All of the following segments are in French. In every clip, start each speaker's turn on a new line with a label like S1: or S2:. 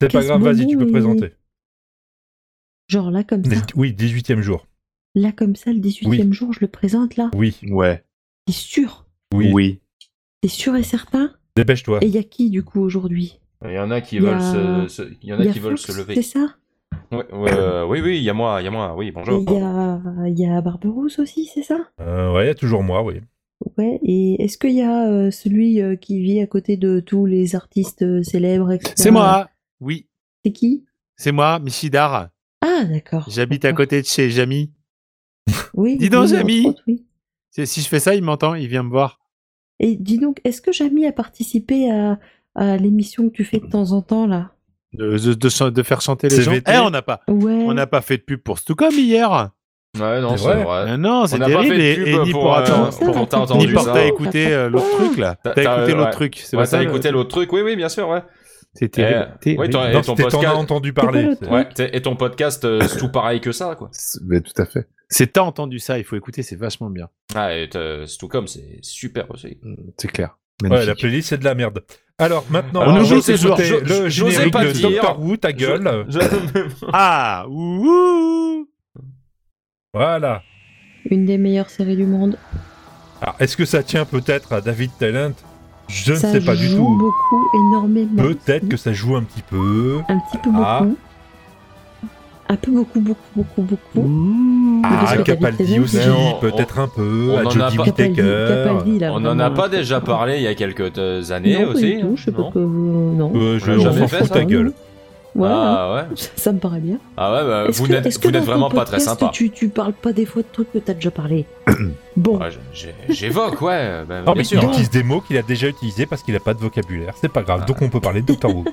S1: C'est pas
S2: Qu'est-ce
S1: grave, vas-y,
S2: bobo,
S1: tu peux
S2: euh,
S1: présenter.
S2: Genre là comme ça.
S1: Oui, 18e jour.
S2: Là comme ça, le 18 e jour, je le présente là.
S1: Oui,
S3: Ouais.
S2: T'es sûr
S1: oui.
S3: Oui.
S2: T'es sûr et certain
S1: Dépêche-toi.
S2: Et y a qui du coup aujourd'hui
S4: Il y en a qui
S2: Il y
S4: veulent
S2: a-
S4: se, se- il y en a
S2: Y a
S4: qui veulent
S2: Fox,
S4: se
S2: C'est
S4: lever.
S2: ça
S4: Ouais, ouais, euh, oui, oui, il y a moi, il y a moi. Oui,
S2: Et
S4: bonjour.
S2: y a, y a Barberousse aussi, c'est ça
S1: Euh, ouais, toujours moi, oui.
S2: Ouais, et est-ce qu'il y a euh, celui euh, qui vit à côté de tous les artistes euh, célèbres, etc.
S3: C'est moi. Oui,
S2: C'est qui
S3: c'est moi, Michidar.
S2: Ah, d'accord.
S3: J'habite à
S2: D'accord.
S3: côté de chez Jamy.
S2: Oui,
S3: Dis donc,
S2: oui,
S3: Jamy.
S2: entre autres, oui.
S3: C'est- Si je fais ça, il m'entend, il vient me voir.
S2: Et dis donc, est-ce que Jamy a participé à, à l'émission que tu fais de temps en temps, là
S3: De, de- de chan- de faire chanter les gens.
S1: CVT.
S3: Eh, on n'a pas,
S2: Ouais.
S3: on n'a pas fait de pub pour Stucom hier.
S4: Ouais, non,
S1: C'est
S4: c'est
S1: vrai.
S4: vrai.
S3: Ah non, c'est
S4: Euh, On n'a pas
S3: terrible.
S4: fait
S3: Et,
S4: de pub
S3: et ni
S4: pour,
S3: pour,
S4: euh,
S3: attendre.
S2: pour-
S4: pour t'as
S2: Ni
S4: entendu
S3: Ni
S2: pour
S3: pour
S4: ça.
S3: t'as
S2: ouais.
S3: écouté euh, l'autre truc là.
S4: T'as-
S3: T'as
S4: t'as-
S3: écouté l'autre
S4: ouais.
S3: truc. C'est
S4: Ouais,
S3: pas ça
S4: t'as
S3: le-
S4: écouté l'autre truc, oui, oui, bien sûr, ouais.
S3: C'est
S4: Eh,
S3: terrible. terrible.
S4: ouais, t'en- et
S1: Non,
S4: ton
S1: c'était t'en as
S4: podcast,
S1: entendu
S2: C'est pas
S1: parler.
S2: le
S1: c'est-
S2: truc.
S4: ouais, t'es- et ton podcast, euh, c'est tout pareil que ça, quoi.
S5: C'est- Mais tout à fait.
S3: C'est t'as entendu ça, il faut écouter, c'est vachement bien.
S4: Ah, et euh, c'est tout comme, c'est super aussi.
S5: Mm,
S3: C'est clair.
S1: Ouais, la
S3: Magnifique.
S1: playlist, c'est de la merde. Alors, maintenant,
S4: Alors,
S1: on va
S3: j'osais-
S1: écouter
S4: j'osais-
S1: le
S4: j'osais
S1: générique
S4: pas
S1: de
S4: dire.
S1: Doctor Who, ta gueule.
S4: Je- je-
S3: Ah, ouh,
S1: Voilà.
S2: Une des meilleures séries du monde.
S1: Alors, est-ce que ça tient peut-être à David Talent Je ne
S2: ça
S1: sais pas du
S2: joue
S1: tout.
S2: beaucoup, énormément.
S1: Peut-être que ça joue un petit peu.
S2: Un petit peu
S1: Ah.
S2: beaucoup. Un peu beaucoup, beaucoup, beaucoup, beaucoup.
S3: ouh.
S1: Ah,
S2: Parce que
S1: Capaldi
S2: David
S1: aussi, hein.
S4: Tennant- Mais on-
S1: peut-être un peu.
S4: on
S1: à
S4: en a
S1: Jodie
S4: pas-
S2: Capaldi,
S1: Whittaker.
S2: Capaldi, là,
S4: On n'en
S2: vraiment,
S4: a pas
S2: je sais
S4: déjà parlé il y a quelques euh, années
S2: non, pas
S4: aussi.
S2: du tout, je sais
S4: non
S2: pas que... Non.
S1: Euh, je-
S4: On
S1: on
S4: l'a jamais
S1: s'en
S4: fait,
S1: fout
S4: ça,
S1: ta
S2: non.
S1: gueule.
S2: Voilà.
S4: Ah ouais.
S2: Ça me paraît bien.
S4: Ah ouais, bah,
S2: Est-ce
S4: vous
S2: que-
S4: n'êtes
S2: est-ce que
S4: vous n'êtes
S2: dans ton
S4: vraiment pas très
S2: podcast,
S4: sympa.
S2: Tu, tu parles pas des fois de trucs que t'as déjà parlé. bon,
S4: Ouais, je- j'ai- J'évoque, ouais, bah,
S3: Euh,
S1: Non,
S4: bien
S1: mais
S4: sûr.
S1: il utilise des mots qu'il a déjà utilisés parce qu'il n'a pas de vocabulaire. C'est pas grave. Donc on peut
S3: Ah.
S1: parler de Doctor Who.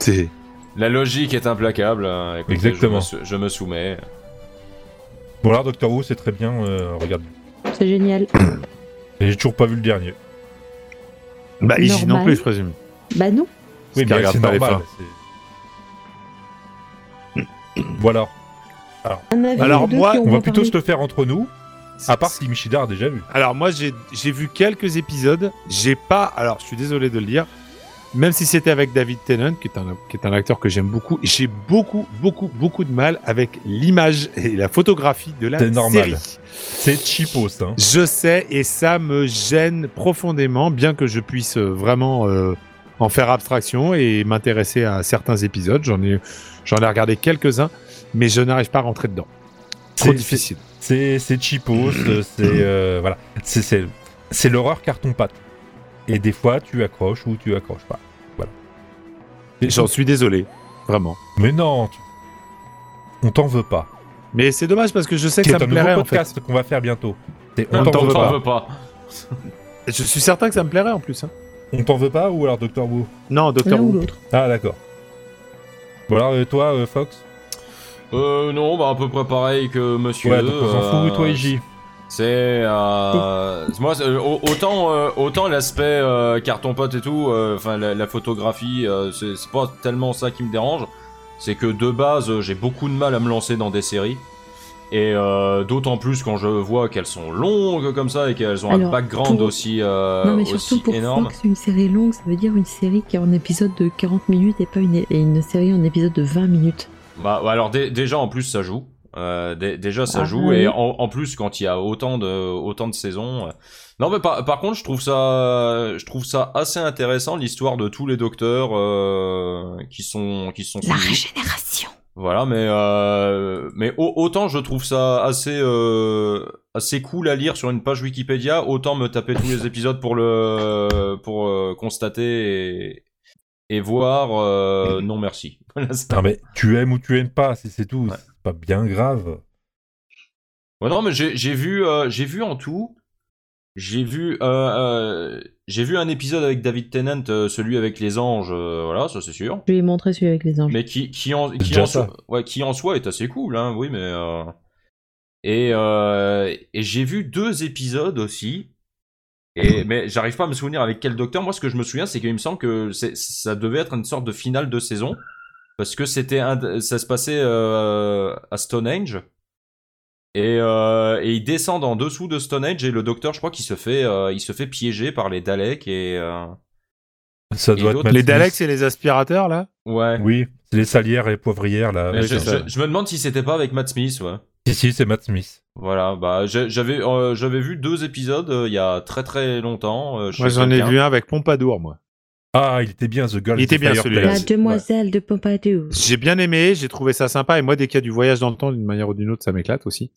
S3: C'est-
S4: La logique est implacable. hein. Écoutez,
S1: Exactement.
S4: Je me, sou- je me soumets.
S1: Bon, alors Doctor Who, c'est très bien. euh, regarde.
S2: c'est génial.
S1: Et j'ai toujours pas vu le dernier.
S3: Bah, Iji non
S2: Normal.
S3: plus, je présume.
S2: bah
S1: Oui,
S2: non,
S3: Parce qu'il
S1: mais
S3: regarde
S1: c'est
S3: pas les
S1: normal. c'est- voilà.
S2: un avis
S3: Alors
S2: ou deux
S3: moi,
S2: qui
S1: On,
S2: ont
S1: va
S2: pas
S1: plutôt
S2: parlé.
S1: se le faire entre nous, à part si Michidar a déjà vu.
S3: Alors moi j'ai j'ai vu quelques épisodes, j'ai pas alors je suis désolé de le dire, même si c'était avec David Tennant qui est un qui est un acteur que j'aime beaucoup, j'ai beaucoup beaucoup beaucoup de mal avec l'image et la photographie de la
S1: C'est normal.
S3: série.
S1: C'est cheapo, ça. hein.
S3: Je sais et ça me gêne profondément, bien que je puisse euh, vraiment euh, en faire abstraction et m'intéresser à certains épisodes. J'en ai j'en ai regardé quelques uns, mais je n'arrive pas à rentrer dedans. Trop
S1: C'est-
S3: difficile.
S1: C'est c'est cheapo, c'est c'est, euh, voilà, c'est c'est c'est l'horreur carton pâte. Et des fois, tu accroches ou tu accroches pas. Voilà. C'est
S3: J'en
S1: tout.
S3: suis désolé, vraiment.
S1: Mais non, tu- on t'en veut pas.
S3: Mais c'est dommage parce que je sais que
S1: C'est
S3: ça
S1: un
S3: me
S1: nouveau
S3: plairait en fait.
S1: podcast qu'on va faire bientôt. C'est
S3: On
S1: on
S3: t'en
S1: t'en veut
S4: T'en
S1: pas.
S4: veux pas.
S3: Je suis certain que ça me plairait en plus. hein.
S1: On t'en veut pas ou alors Docteur Who
S3: Non, Docteur
S2: l'un ou
S3: Who.
S2: l'autre.
S1: Ah d'accord. Bon alors euh, toi euh, Fox
S4: Euh, non, bah à peu près pareil que monsieur.
S1: Ouais, donc on s'en
S4: euh,
S1: fout toi Iji.
S4: C'est. Euh, moi, c'est- euh, au- autant, euh, autant l'aspect euh, carton pote et tout, euh, enfin la, la photographie, euh, c'est c'est pas tellement ça qui me dérange. C'est que de base, euh, j'ai beaucoup de mal à me lancer dans des séries. Et euh, d'autant plus quand je vois qu'elles sont longues comme ça et qu'elles ont un
S2: Alors,
S4: background
S2: pour-
S4: aussi, euh,
S2: non mais
S4: aussi
S2: surtout pour
S4: énorme.
S2: Fox, une série longue, ça veut dire une série qui est en épisode de 40 minutes et pas une, et une série en épisode de 20 minutes.
S4: Bah ouais, alors dé- déjà en plus ça joue. Euh, dé- déjà ça
S2: Ah,
S4: joue
S2: oui.
S4: et en, en plus quand il y a autant de autant de saisons. euh. Non mais par, par contre je trouve ça je trouve ça assez intéressant l'histoire de tous les docteurs euh, qui sont qui sont
S2: La
S1: Mmh.
S4: suivis.
S2: régénération.
S4: Voilà, mais euh, mais au- autant je trouve ça assez euh, assez cool à lire sur une page Wikipédia, autant me taper tous les épisodes pour le pour euh, constater et, et voir.
S2: Mhm.
S4: euh, non merci. Voilà, c'est-
S1: Non mais tu aimes ou tu aimes pas, c'est c'est tout.
S4: Ouais.
S1: C'est pas bien grave.
S4: Ouais, non, mais j'ai j'ai vu, euh, j'ai vu en tout, j'ai vu, euh, euh, j'ai vu un épisode avec David Tennant, euh, celui avec les anges, euh, voilà, ça c'est sûr.
S2: Je vais montrer celui avec les anges.
S4: Mais qui, qui en, qui
S1: déjà
S4: en
S1: ça.
S4: soi, ouais, qui en soi est assez cool, hein, oui, mais euh, et euh, et j'ai vu deux épisodes aussi. Et, mais j'arrive pas à me souvenir avec quel docteur. Moi, ce que je me souviens, c'est qu'il me semble que c'est- ça devait être une sorte de finale de saison. Parce que c'était un de- ça se passait euh, à Stonehenge. Et, euh, et ils descendent en dessous de Stonehenge. Et le docteur, je crois qu'il se, fait, euh, il se fait piéger par les Daleks. Et. euh,
S1: Ça doit
S4: l'autre-
S1: être Matt
S3: Les
S1: Smith.
S3: Daleks et les aspirateurs là
S4: Ouais.
S1: Oui, C'est les salières et les poivrières là.
S4: Mais
S1: Ouais, c'est
S4: je,
S1: ça.
S4: je- je me demande si c'était pas avec Matt Smith, ouais.
S1: Si, si, c'est Matt Smith.
S4: Voilà, bah j'ai- j'avais euh, j'avais vu deux épisodes euh, il y a très très longtemps. euh, chez
S3: Moi, j'en ai
S4: quelqu'un.
S3: vu un avec Pompadour, moi.
S1: Ah, il était bien The Girl.
S3: Il
S1: is
S3: était
S1: the
S3: bien,
S1: Fireplace.
S3: celui-là.
S2: La demoiselle de Pompadour.
S3: J'ai bien aimé, j'ai trouvé ça sympa, et moi, dès qu'il y a du voyage dans le temps, d'une manière ou d'une autre, ça m'éclate aussi.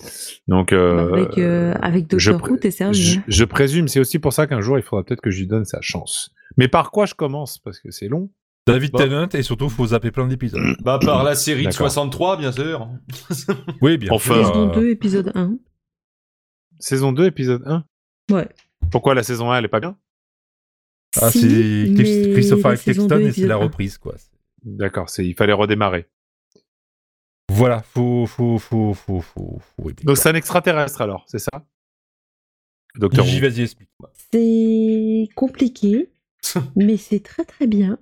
S3: Donc, euh,
S2: avec euh, avec
S3: je
S2: Doctor
S3: pré-
S2: Who, t'es sérieux
S3: je,
S2: hein
S3: je présume, c'est aussi pour ça qu'un jour, il faudra peut-être que je lui donne sa chance. Mais par quoi je commence Parce que c'est long.
S1: David
S4: Bon.
S1: Tennant et surtout faut zapper plein d'épisodes.
S4: Bah par la série de
S3: D'accord.
S4: 63, bien sûr.
S1: oui, bien
S3: Enfin.
S1: sûr.
S2: Saison
S1: euh,
S2: 2, épisode 1.
S3: Saison 2, épisode 1
S2: Ouais.
S3: Pourquoi la saison 1, elle est pas bien
S1: Ah,
S2: Si,
S1: c'est
S2: mais
S1: Cliff- Christopher
S2: la saison
S1: Eccleston
S2: deux,
S1: et c'est la
S2: épisode un.
S1: reprise quoi.
S3: D'accord, c'est il fallait redémarrer.
S1: Voilà, faut, faut, faut, faut, faut, faut aimer,
S3: Donc
S1: quoi.
S3: c'est un extraterrestre alors, c'est ça Docteur
S1: Iji,
S3: Who.
S1: vas-y, explique.
S2: C'est compliqué, mais c'est très très bien.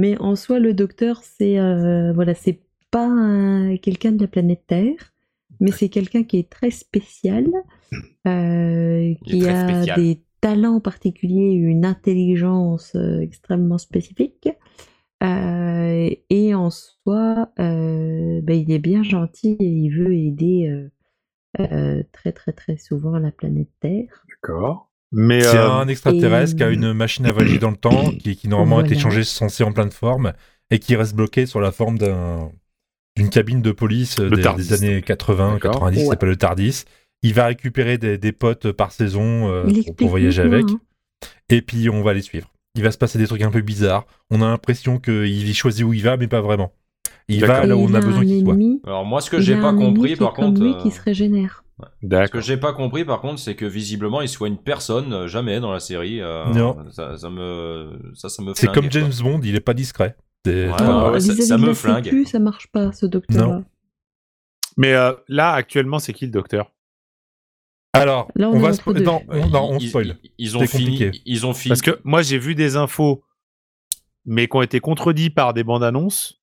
S2: Mais en soi, le docteur, c'est euh, voilà, c'est pas un- quelqu'un de la planète Terre, mais c'est quelqu'un qui est très spécial, euh, qui
S4: très
S2: a
S4: spécial.
S2: des talents particuliers, une intelligence euh, extrêmement spécifique. Euh, et en soi, euh, ben, il est bien gentil et il veut aider euh, euh, très très très souvent la planète Terre.
S3: D'accord. Mais
S1: C'est
S3: euh,
S1: un extraterrestre
S2: et-
S1: qui a une machine à voyager dans le temps, qui, qui normalement a été
S2: Voilà.
S1: changée censée en pleine forme, et qui reste bloqué sur la forme d'un- d'une cabine de police euh,
S3: Le
S1: des,
S3: TARDIS.
S1: des années 80,
S3: D'accord.
S1: 90,
S2: Ouais.
S1: c'est pas le Tardis. Il va récupérer des, des potes par saison euh,
S2: Il
S1: pour,
S2: explique
S1: pour voyager
S2: bien,
S1: avec,
S2: hein.
S1: et puis on va les suivre. Il va se passer des trucs un peu bizarres. On a l'impression qu'il choisit où il va, mais pas vraiment. Il va
S3: D'accord.
S1: là où
S2: Et
S1: on
S2: il
S1: a
S2: a
S1: besoin
S2: un
S1: qu'il soit.
S2: ennemi-
S4: Alors moi ce que
S2: il
S4: j'ai
S2: a
S4: pas
S2: un ennemi
S4: compris
S2: qui est
S4: par
S2: comme
S4: contre,
S2: lui qui
S4: euh,
S2: se régénère.
S4: ce que
S3: d'accord.
S4: j'ai pas compris par contre, c'est que visiblement il soigne personne euh, jamais dans la série. euh,
S1: Non.
S4: Ça, ça me ça ça me.
S1: C'est
S4: flingue,
S1: comme
S4: quoi.
S1: James Bond, il est pas discret. C'est-
S4: Ouais.
S1: c'est pas-
S4: Ah ouais, ça-
S2: vis-à-vis
S4: ça
S2: de
S4: me
S2: la
S4: flingue.
S2: sécu, ça marche pas, ce docteur-là.
S3: Mais euh, là actuellement, c'est qui le docteur
S1: Alors,
S2: Là, on
S1: on,
S2: est
S1: va
S2: entre
S1: spo-
S2: deux.
S1: non, on, non, bah, on
S4: Ils-
S1: spoil.
S4: Ils, ils ont
S1: C'est
S4: fini.
S1: compliqué.
S4: Ils ont fini.
S3: Parce que moi, j'ai vu des infos mais qui ont été contredites par des bandes annonces.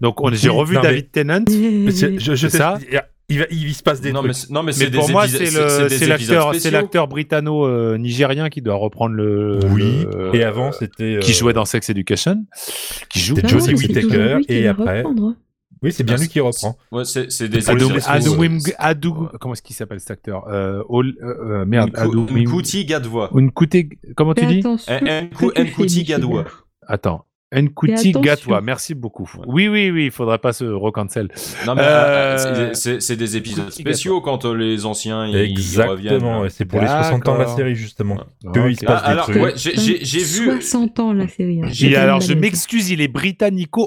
S3: Donc on- j'ai
S1: Oui,
S3: revu
S1: non, mais-
S3: David Tennant.
S1: Mais c'est- je, je
S3: C'est
S1: sais
S3: ça
S1: il y a- Il, va- il se passe des
S4: non, mais,
S1: trucs.
S4: c'est- non mais
S3: Mais
S4: c'est des
S3: pour moi,
S4: épis-
S3: c'est
S4: des
S3: le- c'est
S4: épisodes
S3: l'acteur, c'est
S4: spéciaux.
S3: l'acteur britanno euh, nigérien qui doit reprendre le.
S1: Oui,
S3: le-
S1: et avant c'était. euh,
S3: qui jouait dans Sex Education, qui joue
S1: C'était
S3: dans
S2: Là,
S1: Jodie
S2: Ah non,
S3: Sex
S2: c'est
S1: Whittaker,
S3: Education.
S2: toujours lui qui
S1: et
S2: va
S1: après-
S2: reprendre.
S1: Oui, c'est bien
S4: Ah,
S1: lui qui
S4: c'est-
S1: reprend.
S4: Ouais, c'est c'est des
S1: Adou-
S4: épisodes
S1: Adou-
S4: spéciaux.
S3: Adouim- Adou- comment est-ce qu'il s'appelle cet acteur euh, Ol- euh, euh, Merde,
S4: Nkou-
S3: Adouim-
S4: Nkouti Gadvois.
S3: Nkuti- comment tu
S2: Fais
S3: dis
S2: attention,
S4: Eh, eh,
S2: c'est toi qui
S4: Nkou- Nkouti
S2: fais les
S4: Gadoua.
S2: fillers.
S3: Attends.
S2: Fais
S3: Nkuti
S2: attention.
S3: Gatwa, merci beaucoup. Oui, oui, oui, il faudrait pas se recancel.
S4: Non mais
S3: Euh,
S4: euh, c'est- c'est c'est des épisodes
S3: Nkouti
S4: spéciaux quand euh, les anciens ils, ils
S1: Exactement,
S4: reviennent. hein.
S1: et c'est pour les 60 ans de la
S3: D'accord.
S1: série justement. Que
S3: Ok.
S1: il se passe
S4: Ah,
S1: des
S4: alors,
S1: trucs.
S4: ouais, j'ai- j'ai j'ai vu. euh,
S2: 60 ans, la série. hein.
S3: Il est-
S2: C'est
S3: alors,
S2: une
S3: je
S2: maladie.
S3: m'excuse, il est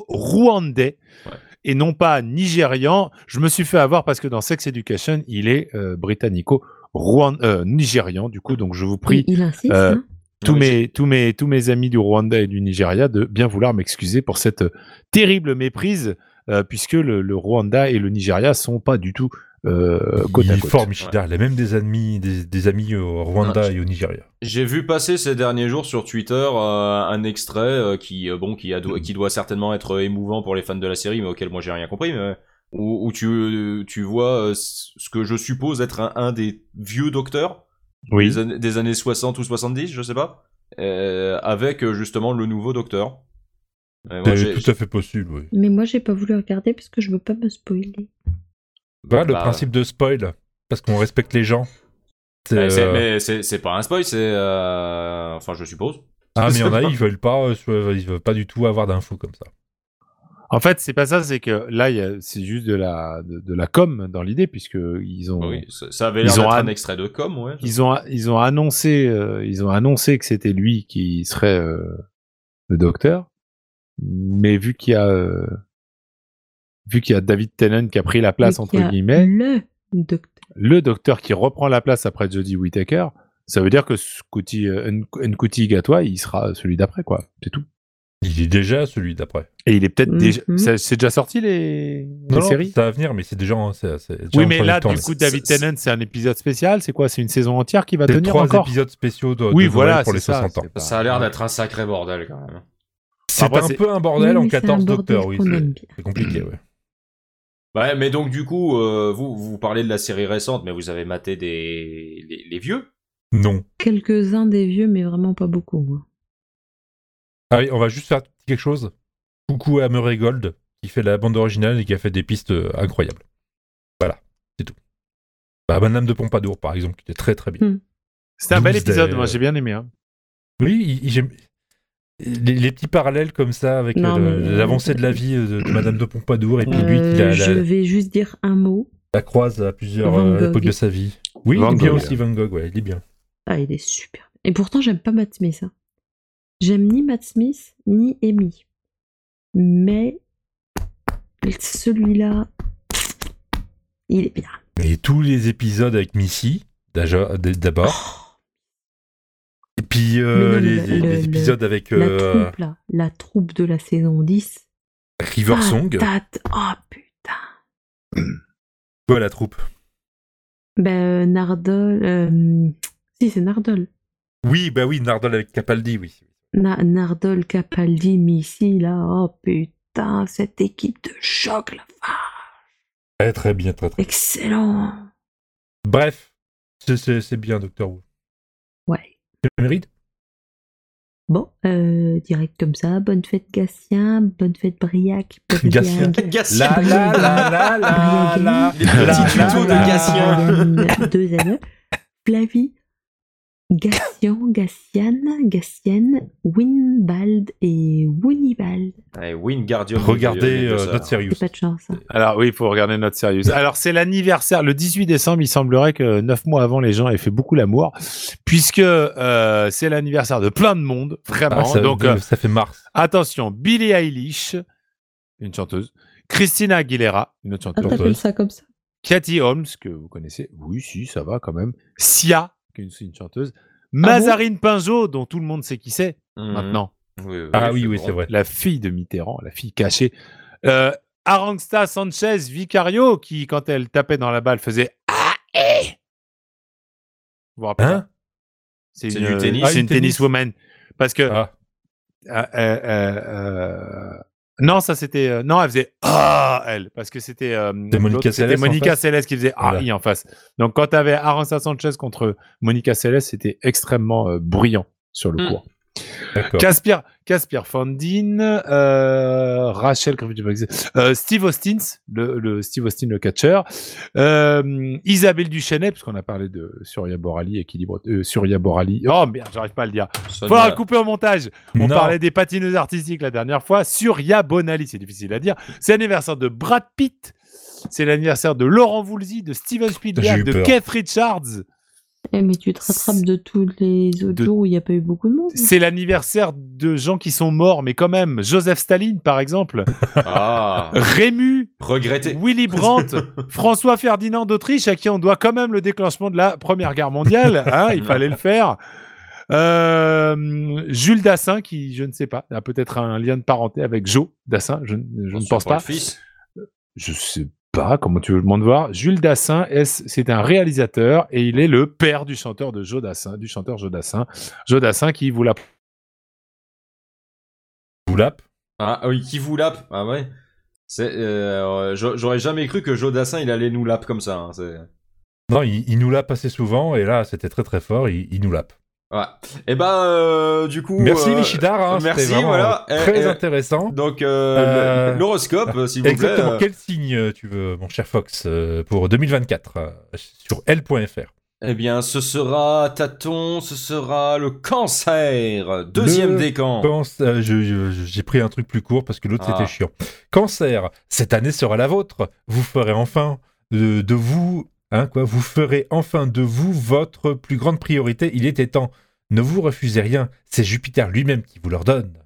S3: britannico-rwandais
S4: Ouais.
S3: et non pas nigérian. Je me suis fait avoir parce que dans Sex Education, il est euh, britannico-nigérian, du coup, donc je vous prie
S2: Il, il insiste.
S3: Euh,
S2: hein.
S3: tous,
S4: Ouais,
S3: mes, tous, mes, tous mes amis du Rwanda et du Nigeria de bien vouloir m'excuser pour cette euh, terrible méprise, euh, puisque le, le Rwanda et le Nigeria sont pas du tout euh, côte à
S1: il
S3: côte.
S1: forme Ishida, il a même des amis, des, des amis au Rwanda
S4: Ah,
S1: et au Nigeria.
S4: J'ai vu passer ces derniers jours sur Twitter euh, un extrait euh, qui, euh, bon, qui, a- qui doit certainement être euh, émouvant pour les fans de la série, mais auquel moi j'ai rien compris, mais où, où tu, tu vois euh, ce que je suppose être un, un des vieux docteurs
S3: Oui.
S4: des, années- des années 60 ou 70, je sais pas, euh, avec euh, justement le nouveau docteur. Et moi, j'ai-
S1: C'est tout à fait possible, oui.
S2: Mais moi, j'ai pas voulu regarder parce que je veux pas me spoiler.
S1: Voilà le
S4: bah,
S1: principe de spoil, parce qu'on respecte les gens. C'est,
S4: ouais, c'est-
S1: euh,
S4: Mais c'est c'est pas un spoil, c'est. euh, Enfin, je suppose.
S1: Ah, mais il y en a, ils veulent pas, euh, ils veulent pas du tout avoir d'infos comme ça.
S3: En fait, c'est pas ça, c'est que là, il y a- c'est juste de la, de, de la com dans l'idée, puisque ils ont,
S4: Oui, ça ça avait
S3: Ils
S4: l'air
S3: ont
S4: d'être
S3: un-
S4: un extrait de com, ouais.
S3: ils ont, ils ont annoncé, euh, ils ont annoncé que c'était lui qui serait euh, le docteur, mais vu qu'il y a, euh, vu qu'il y a David Tennant qui a pris la place
S2: Mais
S3: entre
S2: qu'il y a
S3: guillemets.
S2: Le docteur.
S3: le docteur qui reprend la place après Jodie Whittaker, ça veut dire que Scuti, euh, Nk- Nkuti Gatwa, il sera celui d'après, quoi. C'est tout.
S1: Il est déjà celui d'après.
S3: Et il est peut-être
S2: Mhm.
S3: déjà. ça- C'est déjà sorti les, les
S1: Non, non,
S3: séries
S1: ça va venir, mais c'est déjà, en- c'est- c'est déjà
S3: Oui,
S1: en
S3: mais là,
S1: trajectoire,
S3: du coup, David Tennant, c'est un épisode spécial. C'est quoi C'est une saison entière qui va
S1: C'est
S3: tenir
S1: trois
S3: encore
S1: épisodes spéciaux de,
S3: Oui,
S1: de
S3: voilà,
S1: Noël pour
S3: c'est
S1: les
S3: ça,
S1: 60 ans.
S3: c'est pas-
S4: Ça a l'air d'être un sacré bordel quand même.
S1: C'est
S3: Après,
S1: un
S3: c'est-
S1: peu un bordel
S2: Oui,
S1: en
S2: mais c'est un
S1: 14
S2: bordel
S1: docteurs, oui.
S2: qu'on
S1: c'est-
S2: aime bien.
S1: C'est compliqué, ouais.
S4: Bah, Ouais, mais donc du coup, euh, vous vous parlez de la série récente, mais vous avez maté des les, les vieux.
S1: Non.
S2: Quelques-uns des vieux, mais vraiment pas beaucoup. hein.
S1: Ah oui, on va juste faire quelque chose. Coucou à Murray Gold, qui fait la bande originale et qui a fait des pistes euh, incroyables. Voilà, c'est tout. Bah, Madame de Pompadour, par exemple, qui était très très bien.
S3: C'était un bel
S1: Doomsday,
S3: épisode, moi
S1: euh,
S3: j'ai bien aimé. hein.
S1: Oui, il- il- j'aime. Les, les petits parallèles comme ça avec
S2: Non,
S1: euh, le-
S2: mais-
S1: l'avancée de la vie euh, de, de Madame de Pompadour et puis lui qui
S2: Euh,
S1: la,
S2: je
S1: la-
S2: vais juste dire un mot.
S1: la croise à plusieurs
S2: Van
S1: euh,
S2: Gogh.
S1: époques de sa vie. Oui,
S3: Van
S1: il est bien
S3: Gogh.
S1: aussi Van Gogh, ouais, il est bien.
S2: Ah, il est super. Et pourtant, j'aime pas Matt Smith. hein. J'aime ni Matt Smith, ni Amy. Mais celui-là, il est bien.
S1: Et tous les épisodes avec Missy, d'aja- d- d'abord. Et puis euh,
S2: Mais non,
S1: les,
S2: le-
S1: les-
S2: le-
S1: les
S2: le-
S1: épisodes avec
S2: Oh, La
S1: euh,
S2: troupe, là. La troupe de la saison 10. Ah,
S1: River Song.
S2: Patate. Oh, putain.
S1: Quoi, la troupe
S2: Ben, euh, Nardol. euh, Si, c'est Nardol.
S1: Oui, bah oui, Nardole avec Capaldi, oui.
S2: Na- Nardol, Capaldi, Missy, là. Oh, putain, cette équipe de choc, la vache.
S1: Très très bien, très très.
S2: Excellent.
S1: Bref, c'est- c'est c'est bien, Docteur Who.
S2: Ouais.
S1: Tu le mérites
S2: Bon, euh, direct comme ça. Bonne fête, Gatien. Bonne fête, Briac. Briac.
S1: Gatien.
S4: Gatien.
S1: La la la la la la
S4: Les petits
S1: la,
S4: tutos de
S1: la, la.
S4: Gatien.
S2: Briac, Deux années. Flavie. Gatien, Gatiane, Gatienne, Winbald et Winibald.
S4: Ouais, Wingardium.
S1: Regardez
S4: Leviosa.
S1: euh, Not Serious.
S2: C'est pas de chance. hein.
S3: Alors oui, il faut regarder notre sérieuse. Alors c'est l'anniversaire, le 18 décembre, il semblerait que neuf mois avant, les gens aient fait beaucoup l'amour, puisque euh, c'est l'anniversaire de plein de monde, vraiment.
S1: Ah, ça,
S3: Donc euh,
S1: ça fait Mars.
S3: attention, Billie Eilish, une chanteuse, Christina Aguilera, une autre
S2: Ah,
S3: chanteuse,
S2: t'appelles ça comme ça
S3: Cathy Holmes, que vous connaissez, oui, si, ça va quand même, Sia, qui est une, une chanteuse, Mazarine Pinjot, dont tout le monde sait qui c'est
S4: Mhm.
S3: maintenant,
S4: Oui, oui,
S1: Ah oui, oui,
S4: bon.
S1: c'est vrai.
S3: la fille de Mitterrand, la fille cachée. Euh, Arangsta Sanchez Vicario, qui, quand elle tapait dans la balle, faisait Ah, eh Vous vous rappelez
S1: Hein
S3: pas C'est
S4: C'est
S3: une,
S4: du
S3: euh,
S4: tennis.
S3: c'est une
S1: Ah, du tennis.
S3: tenniswoman. Parce que.
S1: Ah.
S3: euh, euh, euh, euh, non, ça c'était. euh, non, elle faisait Ah, elle. Parce que c'était. euh,
S1: C'est Monica
S3: l'autre, c'était
S1: Seles en
S3: Monica
S1: face
S3: Seles qui faisait Ah,
S1: Voilà.
S3: i en face. Donc quand t'avais Arangsta Sanchez contre Monica Seles, c'était extrêmement euh, brillant sur le
S4: Mm.
S3: cours.
S1: D'accord.
S3: Caspir, Caspir Fandin, euh, Rachel Griffith- euh, Steve Austin, le, le Steve Austin le catcheur, euh, Isabelle Duchesnay, parce qu'on a parlé de Surya Borali, équilibre, euh, Surya Borali. Oh merde, j'arrive pas à le dire.
S4: Sonia-
S3: Faudra le couper au montage. On
S1: Non.
S3: parlait des patineuses artistiques la dernière fois. Surya Bonali, c'est difficile à dire. C'est l'anniversaire de Brad Pitt. C'est l'anniversaire de Laurent Voulzy, de Steven
S1: J'ai
S3: Spielberg,
S1: eu
S3: de
S1: peur.
S3: Keith Richards.
S2: Eh, mais tu te rattrapes de tous les autres
S3: De-
S2: jours où il n'y a pas eu beaucoup de monde. hein.
S3: C'est l'anniversaire de gens qui sont morts, mais quand même. Joseph Staline, par exemple.
S4: Ah,
S3: Rému,
S4: regretter.
S3: Willy Brandt, François Ferdinand d'Autriche, à qui on doit quand même le déclenchement de la Première Guerre mondiale. hein, il fallait le faire. Euh, Jules Dassin, qui, je ne sais pas, a peut-être un lien de parenté avec Joe Dassin, je, ne- je ne pense pas.
S4: Le fils.
S3: Je sais pas, comment tu veux le de voir Jules Dassin, est-ce- c'est un réalisateur et il est le père du chanteur de Joe Dassin, du chanteur Joe Dassin. Joe Dassin qui vous l'a
S1: Boulap.
S4: Ah oui, qui vous lappe. Ah ouais. C'est, euh, j'a- j'aurais jamais cru que Jodassin il allait nous lappe comme ça. hein, c'est-
S1: Non, il, il nous l'a passé souvent et là, c'était très très fort. Il, il nous l'a.
S4: Ouais. Et ben, euh, du coup.
S1: Merci
S4: euh,
S1: Michidar. hein, c'était
S4: merci,
S1: vraiment,
S4: voilà.
S1: euh,
S4: Eh,
S1: Très
S4: eh,
S1: intéressant.
S4: Donc, euh,
S1: Euh,
S4: le- l'horoscope, euh, s'il vous plaît.
S1: Exactement.
S4: euh,
S1: Quel signe euh, tu veux, mon cher Fox, euh, pour 2024 euh, sur L.fr
S4: Eh bien, ce sera Tâton, ce sera le cancer. Deuxième
S1: Le
S4: décan.
S1: Pense- euh, je- je- je- J'ai pris un truc plus court parce que l'autre
S4: Ah.
S1: c'était chiant. Cancer, cette année sera la vôtre. Vous ferez enfin de, de vous, hein, quoi, vous ferez enfin de vous votre plus grande priorité. Il était temps. Ne vous refusez rien. C'est Jupiter lui-même qui vous l'ordonne.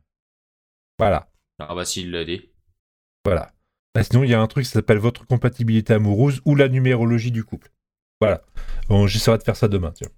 S1: Voilà,
S4: Ah bah, s'il l'a dit.
S1: voilà. Bah, sinon, il y a un truc qui s'appelle votre compatibilité amoureuse ou la numérologie du couple. Voilà. Bon, J'essaierai de faire ça demain. Tiens.